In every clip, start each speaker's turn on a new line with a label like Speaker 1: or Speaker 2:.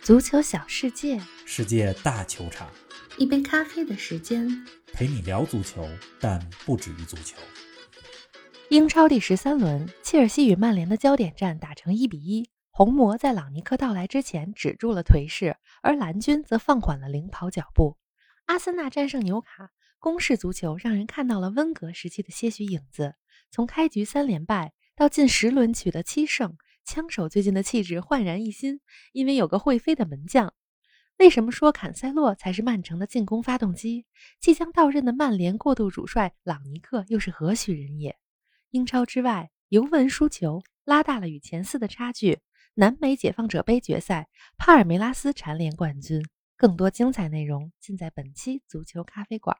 Speaker 1: 足球小世界，
Speaker 2: 世界大球场，
Speaker 1: 一杯咖啡的时间。
Speaker 2: 陪你聊足球，但不止于足球。
Speaker 1: 英超第十三轮，切尔西与曼联的焦点战打成一比一，红魔在朗尼克到来之前止住了颓势，而蓝军则放缓了领跑脚步。阿森纳战胜纽卡，攻势足球让人看到了温格时期的些许影子。从开局三连败到近十轮取得七胜，枪手最近的气质焕然一新，因为有个会飞的门将。为什么说坎塞洛才是曼城的进攻发动机？即将到任的曼联过渡主帅朗尼克又是何许人也？英超之外，尤文输球拉大了与前四的差距。南美解放者杯决赛，帕尔梅拉斯蝉联冠军。更多精彩内容尽在本期足球咖啡馆。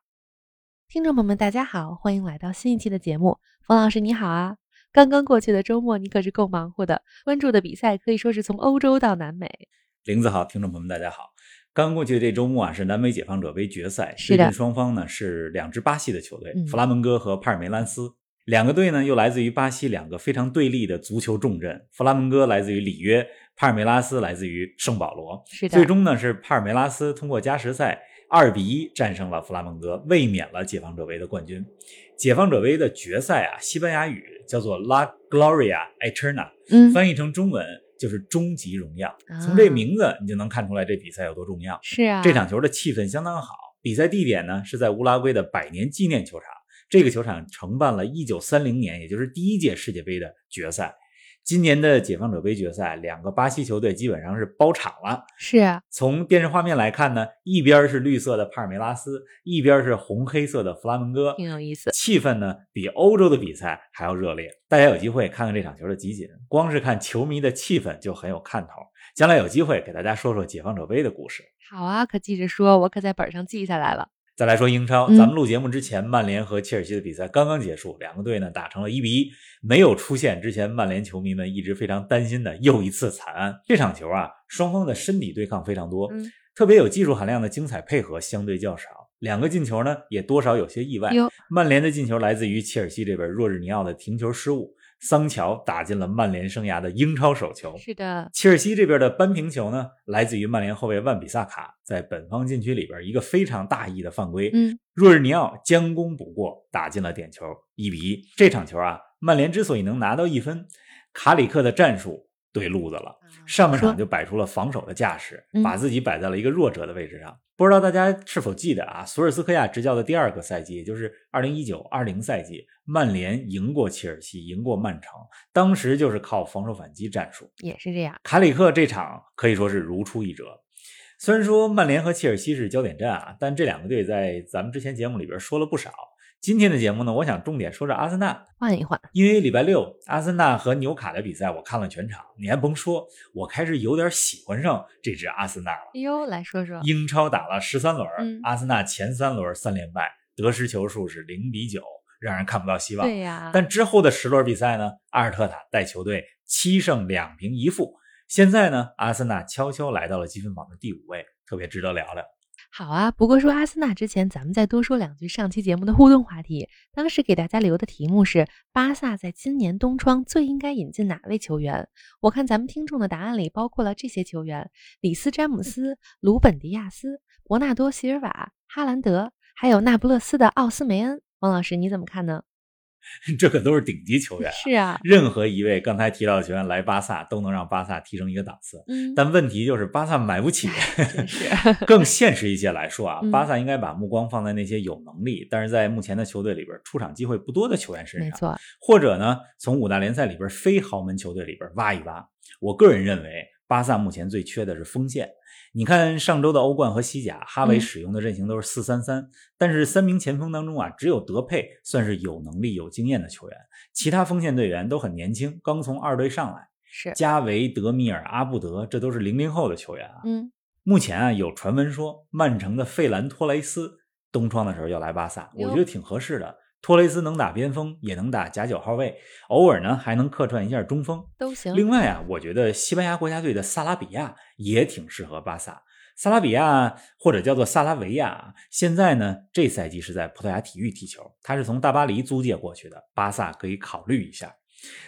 Speaker 1: 听众朋友们，大家好，欢迎来到新一期的节目。冯老师你好啊！刚刚过去的周末，你可是够忙活的，关注的比赛可以说是从欧洲到南美。
Speaker 2: 林子好，听众朋友们，大家好。刚过去这周末啊，是南美解放者杯决赛，
Speaker 1: 是的
Speaker 2: 对阵双方呢是两支巴西的球队，
Speaker 1: 嗯
Speaker 2: 弗拉门戈和帕尔梅兰斯。两个队呢又来自于巴西两个非常对立的足球重镇，弗拉门戈来自于里约，帕尔梅拉斯来自于圣保罗。
Speaker 1: 是的，
Speaker 2: 最终呢是帕尔梅拉斯通过加时赛二比一战胜了弗拉门戈，卫冕了解放者杯的冠军。解放者杯的决赛啊，西班牙语叫做 La Gloria Eterna，
Speaker 1: 嗯，
Speaker 2: 翻译成中文就是“终极荣耀
Speaker 1: 啊”。
Speaker 2: 从这名字你就能看出来这比赛有多重要。
Speaker 1: 是啊，
Speaker 2: 这场球的气氛相当好，比赛地点呢是在乌拉圭的百年纪念球场。这个球场承办了1930年，也就是第一届世界杯的决赛。今年的解放者杯决赛，两个巴西球队基本上是包场了。
Speaker 1: 是啊，
Speaker 2: 从电视画面来看呢，一边是绿色的帕尔梅拉斯，一边是红黑色的弗拉门戈，
Speaker 1: 挺有意思。
Speaker 2: 气氛呢比欧洲的比赛还要热烈。大家有机会看看这场球的集锦，光是看球迷的气氛就很有看头。将来有机会给大家说说解放者杯的故事。
Speaker 1: 好啊，可记着说，我可在本上记下来了。
Speaker 2: 再来说英超，
Speaker 1: 嗯
Speaker 2: 咱们录节目之前，曼联和切尔西的比赛刚刚结束，两个队呢打成了一比一，没有出现之前曼联球迷们一直非常担心的又一次惨案。这场球啊，双方的身体对抗非常多，
Speaker 1: 嗯
Speaker 2: 特别有技术含量的精彩配合相对较少，两个进球呢也多少有些意外。
Speaker 1: 哟，
Speaker 2: 曼联的进球来自于切尔西这边若日尼奥的停球失误，桑乔打进了曼联生涯的英超首球。
Speaker 1: 是的，
Speaker 2: 切尔西这边的扳平球呢，来自于曼联后卫万比萨卡在本方禁区里边一个非常大意的犯规，
Speaker 1: 嗯，
Speaker 2: 若日尼奥将功补过，打进了点球，一比一。这场球啊，曼联之所以能拿到一分，卡里克的战术对路子了。上半场
Speaker 1: 啊说
Speaker 2: 就摆出了防守的架势
Speaker 1: 嗯，
Speaker 2: 把自己摆在了一个弱者的位置上。不知道大家是否记得啊，索尔斯克亚执教的第二个赛季，也就是二零一九二零赛季，曼联赢过切尔西，赢过曼城，当时就是靠防守反击战术。
Speaker 1: 也是这样。
Speaker 2: 卡里克这场可以说是如出一辙。虽然说曼联和切尔西是焦点战啊，但这两个队在咱们之前节目里边说了不少。今天的节目呢，我想重点说说阿森纳，
Speaker 1: 换一换，
Speaker 2: 因为礼拜六阿森纳和纽卡的比赛我看了全场。你还甭说，我开始有点喜欢上这支阿森纳了。
Speaker 1: 哎呦，来说说，
Speaker 2: 英超打了十三轮，
Speaker 1: 嗯
Speaker 2: 阿森纳前三轮三连败，得失球数是零比九，让人看不到希望。
Speaker 1: 对呀、
Speaker 2: 但之后的十轮比赛呢，阿尔特塔带球队七胜两平一负。现在呢，阿森纳悄悄来到了积分榜的第五位，特别值得聊 聊。
Speaker 1: 好啊，不过说阿森纳之前，咱们再多说两句上期节目的互动话题。当时给大家留的题目是：巴萨在今年冬窗最应该引进哪位球员？我看咱们听众的答案里包括了这些球员：里斯詹
Speaker 2: 嗯
Speaker 1: 姆斯、鲁本迪亚斯、伯纳多席尔瓦、哈兰德，还有那不勒斯的奥斯梅恩。王老师，你怎么看呢？
Speaker 2: 这可都是顶级球员啊，
Speaker 1: 是啊，
Speaker 2: 任何一位刚才提到的球员来巴萨，都能让巴萨提升一个档次。
Speaker 1: 嗯，
Speaker 2: 但问题就是巴萨买不起。
Speaker 1: 真是
Speaker 2: 更现实一些来说啊
Speaker 1: 嗯，
Speaker 2: 巴萨应该把目光放在那些有能力，但是在目前的球队里边出场机会不多的球员身
Speaker 1: 没
Speaker 2: 上。啊
Speaker 1: 错，
Speaker 2: 或者呢，从五大联赛里边非豪门球队里边挖一挖。我个人认为，巴萨目前最缺的是锋线。你看上周的欧冠和西甲，哈维
Speaker 1: 嗯
Speaker 2: 使用的阵型都是四三三，但是三名前锋当中啊，只有德佩算是有能力、有经验的球员，其他锋线队员都很年轻，刚从二队上来。
Speaker 1: 是，
Speaker 2: 加维、德米尔、阿布德，这都是零零后的球员啊。
Speaker 1: 嗯，
Speaker 2: 目前啊，有传闻说曼城的费兰托雷斯冬窗的时候要来巴萨，
Speaker 1: 哟
Speaker 2: 我觉得挺合适的。托雷斯能打边锋，也能打假九号位，偶尔呢还能客串一下中锋。
Speaker 1: 都行。
Speaker 2: 另外啊，我觉得西班牙国家队的萨拉比亚也挺适合巴萨。萨拉比亚或者叫做萨拉维亚，啊现在呢这赛季是在葡萄牙体育踢球，他是从大巴黎租借过去的，巴萨可以考虑一下。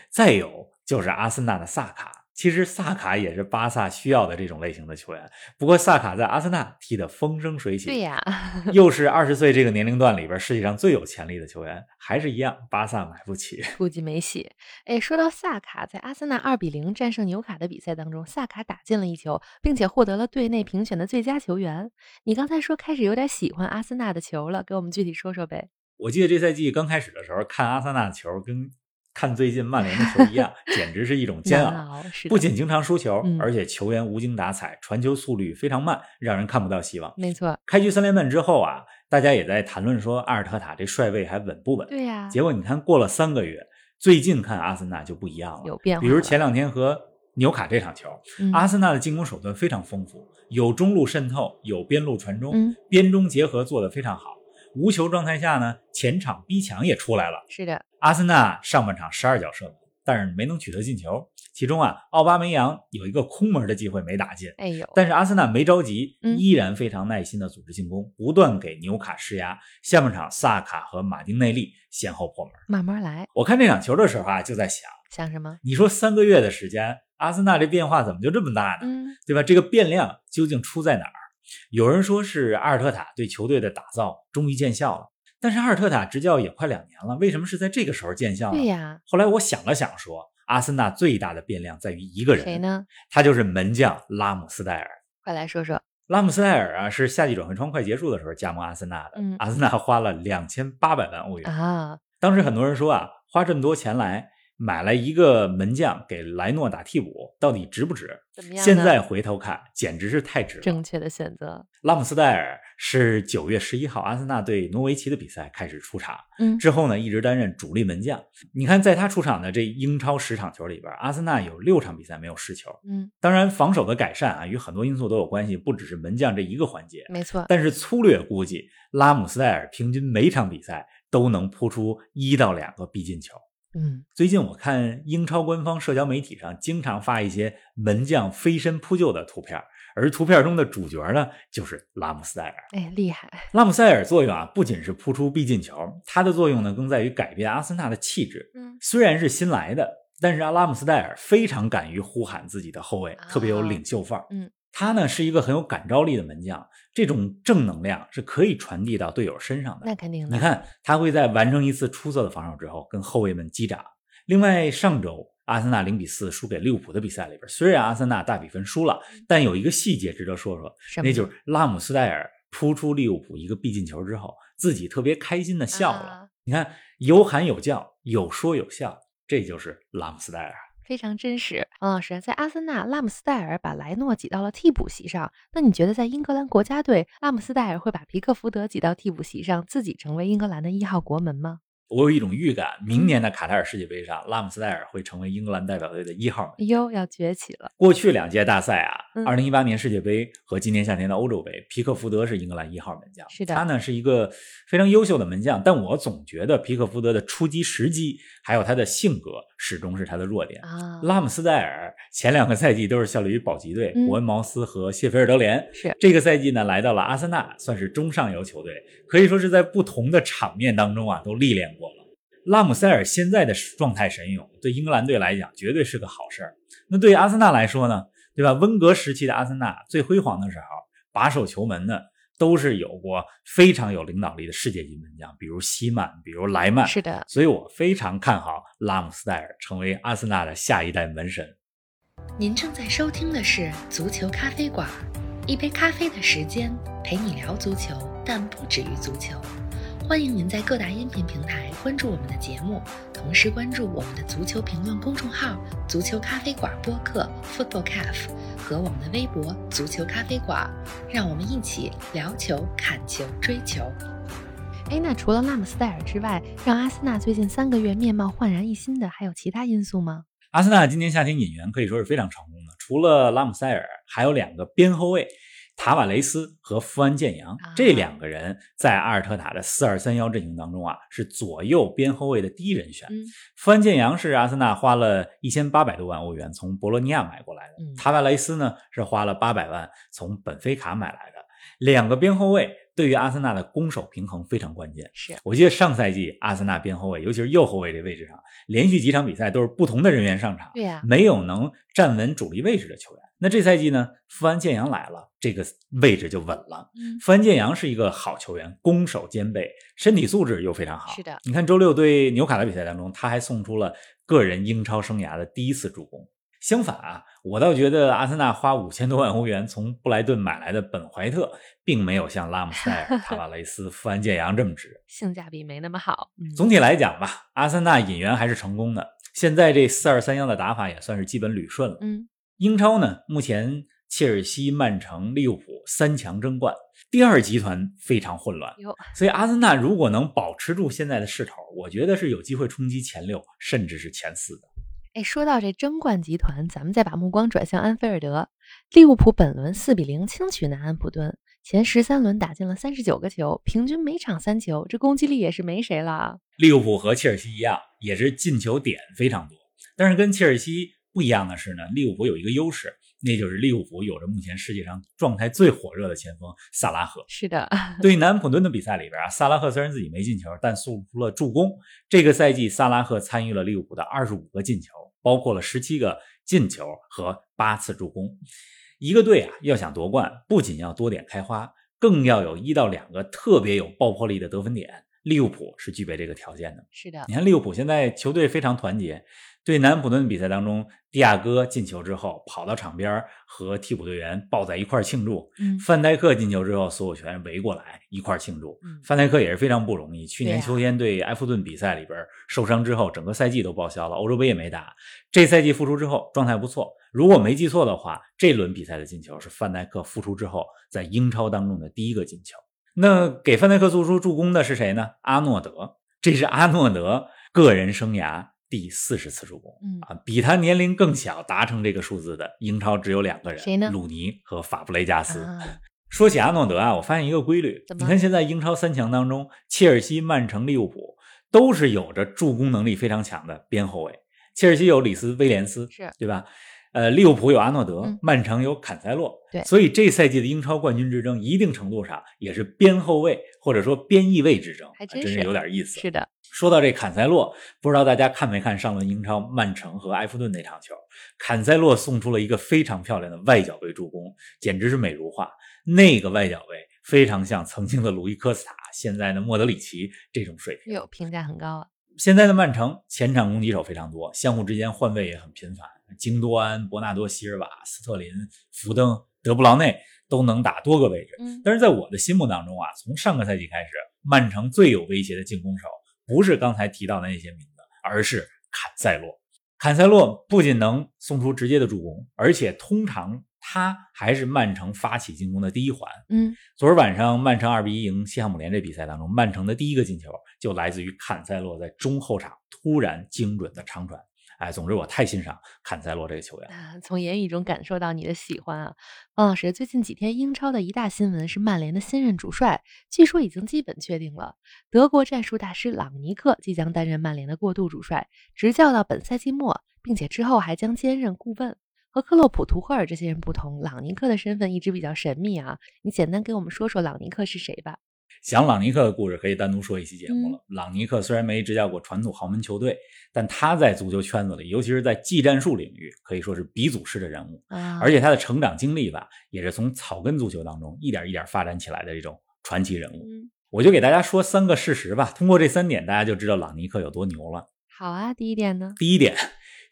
Speaker 2: 再有就是阿森纳的萨卡，其实萨卡也是巴萨需要的这种类型的球员，不过萨卡在阿森纳踢得风生水起，
Speaker 1: 对呀、
Speaker 2: 又是二十岁这个年龄段里边世界上最有潜力的球员，还是一样，巴萨买不起。
Speaker 1: 估计没戏。哎，说到萨卡，在阿森纳2比0战胜纽卡的比赛当中，萨卡打进了一球，并且获得了队内评选的最佳球员。你刚才说开始有点喜欢阿森纳的球了，给我们具体说说呗。
Speaker 2: 我记得这赛季刚开始的时候，看阿森纳的球跟看最近曼联的球 一样，简直是一种煎
Speaker 1: 难
Speaker 2: 熬。
Speaker 1: 熬是的
Speaker 2: 不仅经常输球
Speaker 1: 嗯，
Speaker 2: 而且球员无精打采，传球速率非常慢，让人看不到希望。
Speaker 1: 没错，
Speaker 2: 开局三连败之后啊，大家也在谈论说阿尔特塔这帅位还稳不稳？
Speaker 1: 对啊呀、
Speaker 2: 结果你看，过了三个月，最近看阿森纳就不一样了。
Speaker 1: 有变化
Speaker 2: 比
Speaker 1: 了。
Speaker 2: 如前两天和纽卡这场球，
Speaker 1: 嗯
Speaker 2: 阿森纳的进攻手段非常丰富，有中路渗透，有边路传中，
Speaker 1: 嗯，
Speaker 2: 边中结合做得非常好。无球状态下呢，前场逼抢也出来了。
Speaker 1: 是的，
Speaker 2: 阿森纳上半场十二脚射门，但是没能取得进球。其中啊，奥巴梅扬有一个空门的机会没打进，
Speaker 1: 哎呦，
Speaker 2: 但是阿森纳没着急，
Speaker 1: 嗯
Speaker 2: 依然非常耐心的组织进攻，不断给纽卡施压。下半场，萨卡和马丁内利先后破门。
Speaker 1: 慢慢来，
Speaker 2: 我看这场球的时候啊，就在想，
Speaker 1: 想什么？
Speaker 2: 你说三个月的时间，阿森纳这变化怎么就这么大呢？
Speaker 1: 嗯，
Speaker 2: 对吧？这个变量究竟出在哪儿？有人说是阿尔特塔对球队的打造终于见效了，但是阿尔特塔执教也快两年了，为什么是在这个时候见效呢？
Speaker 1: 对呀、
Speaker 2: 后来我想了想说，阿森纳最大的变量在于一个
Speaker 1: 谁
Speaker 2: 人，
Speaker 1: 呢？
Speaker 2: 他就是门将拉姆斯戴尔。
Speaker 1: 快来说说。
Speaker 2: 拉姆斯戴尔啊，是夏季转会窗快结束的时候加盟阿森纳的。
Speaker 1: 嗯
Speaker 2: 阿森纳花了两千八百万欧元。
Speaker 1: 啊，
Speaker 2: 当时很多人说啊，花这么多钱来买来一个门将给莱诺打替补，到底值不值？
Speaker 1: 怎么样呢？
Speaker 2: 现在回头看，简直是太值了。
Speaker 1: 正确的选择，
Speaker 2: 拉姆斯戴尔是九月十一号阿森纳对挪维奇的比赛开始出场，
Speaker 1: 嗯，
Speaker 2: 之后呢一直担任主力门将。你看，在他出场的这英超十场球里边，阿森纳有六场比赛没有失球。
Speaker 1: 嗯，
Speaker 2: 当然，防守的改善啊，与很多因素都有关系，不只是门将这一个环节。
Speaker 1: 没错，
Speaker 2: 但是粗略估计，拉姆斯戴尔平均每场比赛都能扑出一到两个必进球。
Speaker 1: 嗯，
Speaker 2: 最近我看英超官方社交媒体上经常发一些门将飞身扑救的图片，而图片中的主角呢，就是拉姆斯戴尔。
Speaker 1: 哎，厉 害，
Speaker 2: 拉姆塞尔作用啊，不仅是扑出必进球，它的作用呢，更在于改变阿森纳的气质。
Speaker 1: 嗯，
Speaker 2: 虽然是新来的，但是阿拉姆斯戴尔非常敢于呼喊自己的后卫
Speaker 1: 啊，
Speaker 2: 特别有领袖范儿。
Speaker 1: 嗯，
Speaker 2: 他呢是一个很有感召力的门将，这种正能量是可以传递到队友身上的。
Speaker 1: 那肯定的，
Speaker 2: 你看，他会在完成一次出色的防守之后，跟后卫们击掌。另外，上周阿森纳零比四输给利物浦的比赛里边，虽然阿森纳大比分输了，但有一个细节值得说说，
Speaker 1: 嗯什么
Speaker 2: 那就是拉姆斯戴尔扑出利物浦一个必进球之后，自己特别开心的笑了。
Speaker 1: 啊
Speaker 2: 你看，有喊有叫，有说有笑，这就是拉姆斯戴尔。
Speaker 1: 非常真实。王老师，在阿森纳，拉姆斯戴尔把莱诺挤到了替补席上，那你觉得在英格兰国家队，拉姆斯戴尔会把皮克福德挤到替补席上，自己成为英格兰的一号国门吗？
Speaker 2: 我有一种预感，明年的卡塔尔世界杯上，拉姆斯戴尔会成为英格兰代表队的一号门将
Speaker 1: 哎呦，要崛起了，
Speaker 2: 过去两届大赛啊
Speaker 1: 嗯，
Speaker 2: 二零一八年世界杯和今年夏天的欧洲杯，皮克福德是英格兰一号门将。
Speaker 1: 是的
Speaker 2: 他呢是一个非常优秀的门将，但我总觉得皮克福德的出击时机还有他的性格始终是他的弱点。
Speaker 1: 啊，
Speaker 2: 拉姆斯戴尔前两个赛季都是效力于保级队
Speaker 1: 嗯
Speaker 2: 伯恩茅斯和谢菲尔德联，
Speaker 1: 是
Speaker 2: 这个赛季呢来到了阿森纳，算是中上游球队，可以说是在不同的场面当中啊都历练过了。拉姆塞尔现在的状态神勇，对英格兰队来讲绝对是个好事儿。那对于阿森纳来说呢，对吧？温格时期的阿森纳最辉煌的时候，把守球门呢都是有过非常有领导力的世界级门将，比如西曼，比如莱曼，
Speaker 1: 是的，
Speaker 2: 所以我非常看好拉姆斯戴尔成为阿森纳的下一代门神。
Speaker 1: 您正在收听的是《足球咖啡馆》，一杯咖啡的时间陪你聊足球，但不止于足球。欢迎您在各大音频平台关注我们的节目，同时关注我们的足球评论公众号“足球咖啡馆”播客 （Football Cafe） 和我们的微博“足球咖啡馆”，让我们一起聊球、看球、追球。哎，那除了拉姆斯戴尔之外，让阿森纳最近三个月面貌焕然一新的还有其他因素吗？
Speaker 2: 阿森纳今年夏天引援可以说是非常成功的，除了拉姆塞尔，还有两个边后卫塔瓦雷斯和富安健洋
Speaker 1: 啊。
Speaker 2: 这两个人在阿尔特塔的四二三幺阵型当中啊，是左右边后卫的第一人选。
Speaker 1: 嗯
Speaker 2: 富安健洋是阿森纳花了一千八百多万欧元从博洛尼亚买过来的，
Speaker 1: 嗯
Speaker 2: 塔瓦雷斯呢是花了八百万从本菲卡买来的。两个边后卫对于阿森纳的攻守平衡非常关键。
Speaker 1: 是
Speaker 2: 我记得上赛季阿森纳边后卫，尤其是右后卫这位置上，连续几场比赛都是不同的人员上场，
Speaker 1: 对啊呀、
Speaker 2: 没有能站稳主力位置的球员。那这赛季呢，富安健洋来了，这个位置就稳了。
Speaker 1: 嗯，
Speaker 2: 富安健洋是一个好球员，攻守兼备，身体素质又非常好。
Speaker 1: 是的，
Speaker 2: 你看周六对纽卡的比赛当中，他还送出了个人英超生涯的第一次助攻。相反啊，我倒觉得阿森纳花五千多万欧元从布莱顿买来的本怀特，并没有像拉姆塞 尔、塔瓦雷斯、富安健洋这么值。
Speaker 1: 性价比没那么好。嗯，
Speaker 2: 总体来讲吧，阿森纳引援还是成功的。现在这四二三幺的打法也算是基本捋顺了。
Speaker 1: 嗯，
Speaker 2: 英超呢，目前切尔西、曼城、利物浦三强争冠，第二集团非常混乱。
Speaker 1: 哟，
Speaker 2: 所以阿森纳如果能保持住现在的势头，我觉得是有机会冲击前六，甚至是前四的。
Speaker 1: 哎，说到这争冠集团，咱们再把目光转向安菲尔德。利物浦本轮四比零轻取南安普顿，前十三轮打进了三十九个球，平均每场三球，这攻击力也是没谁了啊。
Speaker 2: 利物浦和切尔西一样，也是进球点非常多，但是跟切尔西不一样的是呢，利物浦有一个优势，那就是利物浦有着目前世界上状态最火热的前锋萨拉赫。
Speaker 1: 是 的，
Speaker 2: 对南安普顿的比赛里边啊，萨拉赫虽然自己没进球，但送出了助攻。这个赛季，萨拉赫参与了利物浦的二十五个进球，包括了十七个进球和八次助攻。一个队啊，要想夺冠，不仅要多点开花，更要有一到两个特别有爆破力的得分点。利物浦是具备这个条件的。
Speaker 1: 是的，
Speaker 2: 你看利物浦现在球队非常团结，对南安普顿比赛当中，迪亚哥进球之后跑到场边儿和替补队员抱在一块儿庆祝。
Speaker 1: 嗯，
Speaker 2: 范戴克进球之后，所有球员围过来一块儿庆祝。
Speaker 1: 嗯
Speaker 2: 范戴克也是非常不容易，去
Speaker 1: 对
Speaker 2: 年
Speaker 1: 啊
Speaker 2: 秋天对埃弗顿比赛里边受伤之后，整个赛季都报销了，欧洲杯也没打。这赛季复出之后状态不错，如果没记错的话，这轮比赛的进球是范戴克复出之后在英超当中的第一个进球。那给范戴克做出助攻的是谁呢？阿诺德，这是阿诺德个人生涯第四十次助攻。
Speaker 1: 嗯
Speaker 2: 啊，比他年龄更小达成这个数字的英超只有两个人，
Speaker 1: 谁呢
Speaker 2: 鲁尼和法布雷加斯。
Speaker 1: 啊，
Speaker 2: 说起阿诺德啊，我发现一个规律，
Speaker 1: 怎么
Speaker 2: 你看现在英超三强当中，切尔西、曼城、利物浦都是有着助攻能力非常强的边后卫。切尔西有里斯威廉斯，
Speaker 1: 是
Speaker 2: 对吧？呃，利物浦有阿诺德，
Speaker 1: 嗯
Speaker 2: 曼城有坎塞洛，
Speaker 1: 对
Speaker 2: 所以这赛季的英超冠军之争，一定程度上也是边后卫或者说边翼位之争，啊
Speaker 1: 还真
Speaker 2: 真是
Speaker 1: 是
Speaker 2: 有点意思。
Speaker 1: 是 的，
Speaker 2: 说到这坎塞洛，不知道大家看没看上轮英超曼城和埃弗顿那场球？坎塞洛送出了一个非常漂亮的外脚背助攻，简直是美如画。那个外脚背非常像曾经的鲁伊科斯塔，现在的莫德里奇这种水平。
Speaker 1: 哟，评价很高啊。
Speaker 2: 现在的曼城前场攻击手非常多，相互之间换位也很频繁。京多安、伯纳多、席尔瓦、斯特林、福登、德布劳内都能打多个位置。
Speaker 1: 嗯，
Speaker 2: 但是在我的心目当中啊，从上个赛季开始，曼城最有威胁的进攻手不是刚才提到的那些名字，而是坎塞洛。坎塞洛不仅能送出直接的助攻，而且通常他还是曼城发起进攻的第一环。
Speaker 1: 嗯，
Speaker 2: 昨儿晚上曼城二比一赢西汉姆联这比赛当中，曼城的第一个进球就来自于坎塞洛在中后场突然精准的长传。哎，总之我太欣赏坎塞洛这个球员了。
Speaker 1: 啊从言语中感受到你的喜欢啊，方老师。最近几天英超的一大新闻是曼联的新任主帅，据说已经基本确定了。德国战术大师朗尼克即将担任曼联的过渡主帅，执教到本赛季末，并且之后还将兼任顾问。和克洛普、图赫尔这些人不同，朗尼克的身份一直比较神秘啊。你简单给我们说说朗尼克是谁吧？
Speaker 2: 讲朗尼克的故事可以单独说一期节目了。朗尼克虽然没执教过传统豪门球队，但他在足球圈子里，尤其是在技战术领域，可以说是鼻祖式的人物。
Speaker 1: 啊，
Speaker 2: 而且他的成长经历吧，也是从草根足球当中一点一点发展起来的这种传奇人物。
Speaker 1: 嗯，
Speaker 2: 我就给大家说三个事实吧，通过这三点，大家就知道朗尼克有多牛了。
Speaker 1: 好啊，第一点呢，
Speaker 2: 第一点，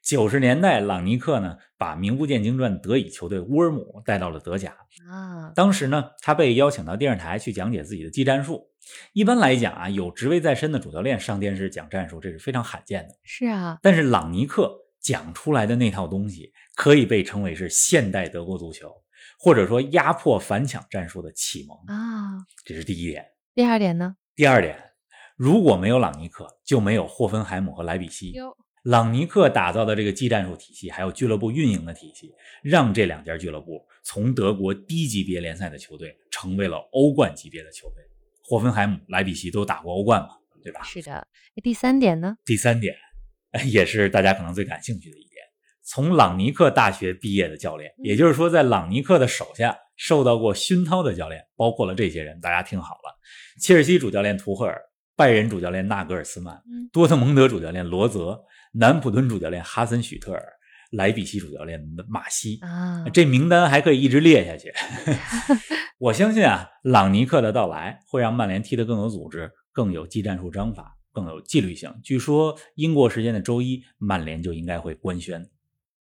Speaker 2: 九十年代朗尼克呢，把名不见经传的德乙球队乌尔姆带到了德甲，
Speaker 1: 啊，
Speaker 2: 当时呢，他被邀请到电视台去讲解自己的技战术。一般来讲啊，有职位在身的主教练上电视讲战术，这是非常罕见的。
Speaker 1: 是啊，
Speaker 2: 但是朗尼克讲出来的那套东西，可以被称为是现代德国足球，或者说压迫反抢战术的启蒙。
Speaker 1: 啊，
Speaker 2: 这是第一点。
Speaker 1: 第二点呢，
Speaker 2: 第二点，如果没有朗尼克，就没有霍芬海姆和莱比锡。
Speaker 1: 哟，
Speaker 2: 朗尼克打造的这个技战术体系，还有俱乐部运营的体系，让这两家俱乐部从德国低级别联赛的球队成为了欧冠级别的球队。霍芬海姆、莱比锡都打过欧冠嘛，对吧？
Speaker 1: 是的，第三点呢，
Speaker 2: 第三点，哎也是大家可能最感兴趣的一点，从朗尼克大学毕业的教练，也就是说，在朗尼克的手下受到过熏陶的教练，包括了这些人。大家听好了，切尔西主教练图赫尔，拜仁主教练纳格尔斯曼，
Speaker 1: 嗯
Speaker 2: 多特蒙德主教练罗泽，南普敦主教练哈森许特尔，莱比锡主教练马西。
Speaker 1: 啊，
Speaker 2: 这名单还可以一直列下 去。我相信啊，朗尼克的到来会让曼联踢得更有组织、更有技战术章法、更有纪律性。据说英国时间的周一，曼联就应该会官宣。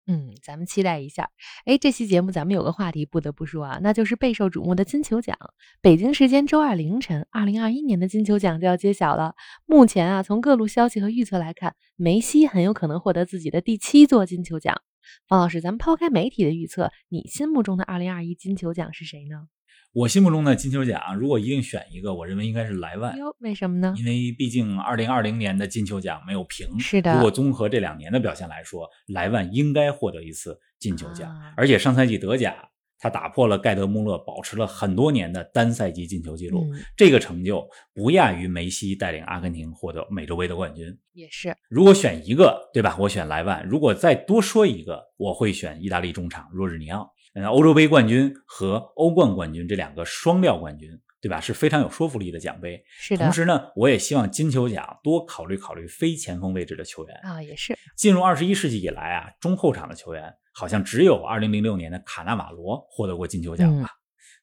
Speaker 1: 嗯，咱们期待一下。哎，这期节目咱们有个话题不得不说啊，那就是备受瞩目的金球奖。北京时间周二凌晨，二零二一年的金球奖就要揭晓了。目前啊，从各路消息和预测来看，梅西很有可能获得自己的第七座金球奖。方老师，咱们抛开媒体的预测，你心目中的二零二一金球奖是谁呢？
Speaker 2: 我心目中的金球奖，啊如果一定选一个，我认为应该是莱万，
Speaker 1: 哟，为什么呢？
Speaker 2: 因为毕竟二零二零年的金球奖没有平。
Speaker 1: 是的
Speaker 2: 如果综合这两年的表现来说，莱万应该获得一次金球奖，
Speaker 1: 啊
Speaker 2: 而且上赛季德甲。他打破了盖德穆勒保持了很多年的单赛季进球记录，
Speaker 1: 嗯，
Speaker 2: 这个成就不亚于梅西带领阿根廷获得美洲杯的冠军。
Speaker 1: 也是，
Speaker 2: 如果选一个，对吧？我选莱万。如果再多说一个，我会选意大利中场若日尼奥。嗯，欧洲杯冠军和欧冠冠军这两个双料冠军，对吧？是非常有说服力的奖杯。
Speaker 1: 是的
Speaker 2: 同时呢，我也希望金球奖多考虑考虑非前锋位置的球员。
Speaker 1: 啊，也是，
Speaker 2: 进入二十一世纪以来啊，中后场的球员好像只有二零零六年的卡纳瓦罗获得过金球奖吧。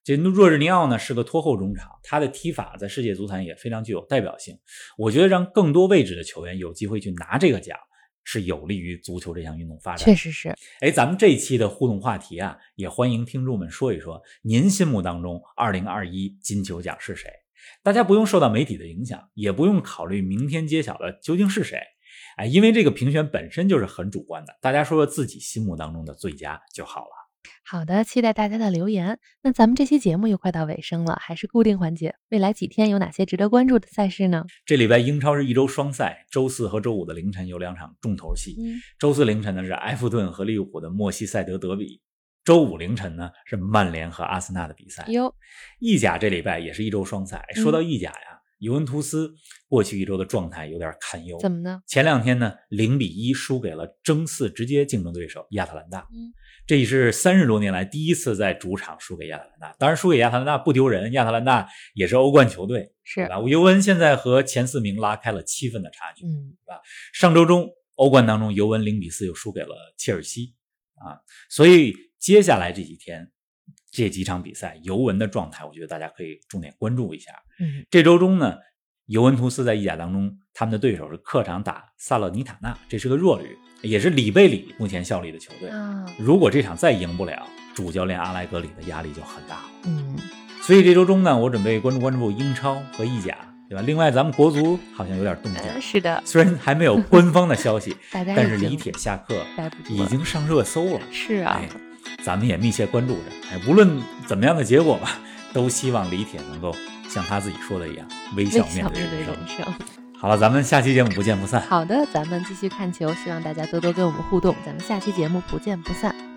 Speaker 2: 这若日尼奥呢是个拖后中场，他的踢法在世界足坛也非常具有代表性。我觉得让更多位置的球员有机会去拿这个奖，是有利于足球这项运动发
Speaker 1: 确
Speaker 2: 展。
Speaker 1: 实是。
Speaker 2: 哎，咱们这一期的互动话题啊，也欢迎听众们说一说您心目当中二零二一金球奖是谁？大家不用受到媒体的影响，也不用考虑明天揭晓的究竟是谁。哎，因为这个评选本身就是很主观的，大家说说自己心目当中的最佳就好了。
Speaker 1: 好的，期待大家的留言。那咱们这期节目又快到尾声了，还是固定环节，未来几天有哪些值得关注的赛事呢？
Speaker 2: 这礼拜英超是一周双赛，周四和周五的凌晨有两场重头戏。
Speaker 1: 嗯，
Speaker 2: 周四凌晨呢是埃弗顿和利物浦的莫西塞德德比，周五凌晨呢是曼联和阿森纳的比赛。
Speaker 1: 哟，
Speaker 2: 意甲这礼拜也是一周双赛。
Speaker 1: 嗯
Speaker 2: 说到意甲呀，尤文图斯过去一周的状态有点堪忧。
Speaker 1: 怎么呢？
Speaker 2: 前两天呢，零比一输给了争四直接竞争对手亚特兰大。
Speaker 1: 嗯，
Speaker 2: 这也是三十多年来第一次在主场输给亚特兰大。当然，输给亚特兰大不丢人，亚特兰大也是欧冠球队，对
Speaker 1: 是，
Speaker 2: 吧？尤文现在和前四名拉开了七分的差距。
Speaker 1: 嗯，
Speaker 2: 上周中欧冠当中，尤文零比四又输给了切尔西啊，所以接下来这几天这几场比赛，尤文的状态，我觉得大家可以重点关注一下。
Speaker 1: 嗯，
Speaker 2: 这周中呢，尤文图斯在意甲当中，他们的对手是客场打萨勒尼塔纳，这是个弱旅，也是里贝里目前效力的球队。
Speaker 1: 啊，
Speaker 2: 如果这场再赢不了，主教练阿莱格里的压力就很大了。
Speaker 1: 嗯，
Speaker 2: 所以这周中呢，我准备关注关注英超和意甲，对吧？另外，咱们国足好像有点动静
Speaker 1: 呃，是的，
Speaker 2: 虽然还没有官方的消息，
Speaker 1: 大家
Speaker 2: 但是
Speaker 1: 已
Speaker 2: 李
Speaker 1: 经
Speaker 2: 铁下课
Speaker 1: 待不住
Speaker 2: 已
Speaker 1: 了
Speaker 2: 经上热搜了，
Speaker 1: 是啊
Speaker 2: 哎，，咱们也密切关注着。哎，无论怎么样的结果吧，都希望李铁能够像他自己说的一样，微
Speaker 1: 微
Speaker 2: 笑
Speaker 1: 笑
Speaker 2: 面对
Speaker 1: 面对
Speaker 2: 人生。
Speaker 1: 人生。
Speaker 2: 好了，咱们下期节目不见不散。
Speaker 1: 好的，咱们继续看球，希望大家多多跟我们互动，咱们下期节目不见不散。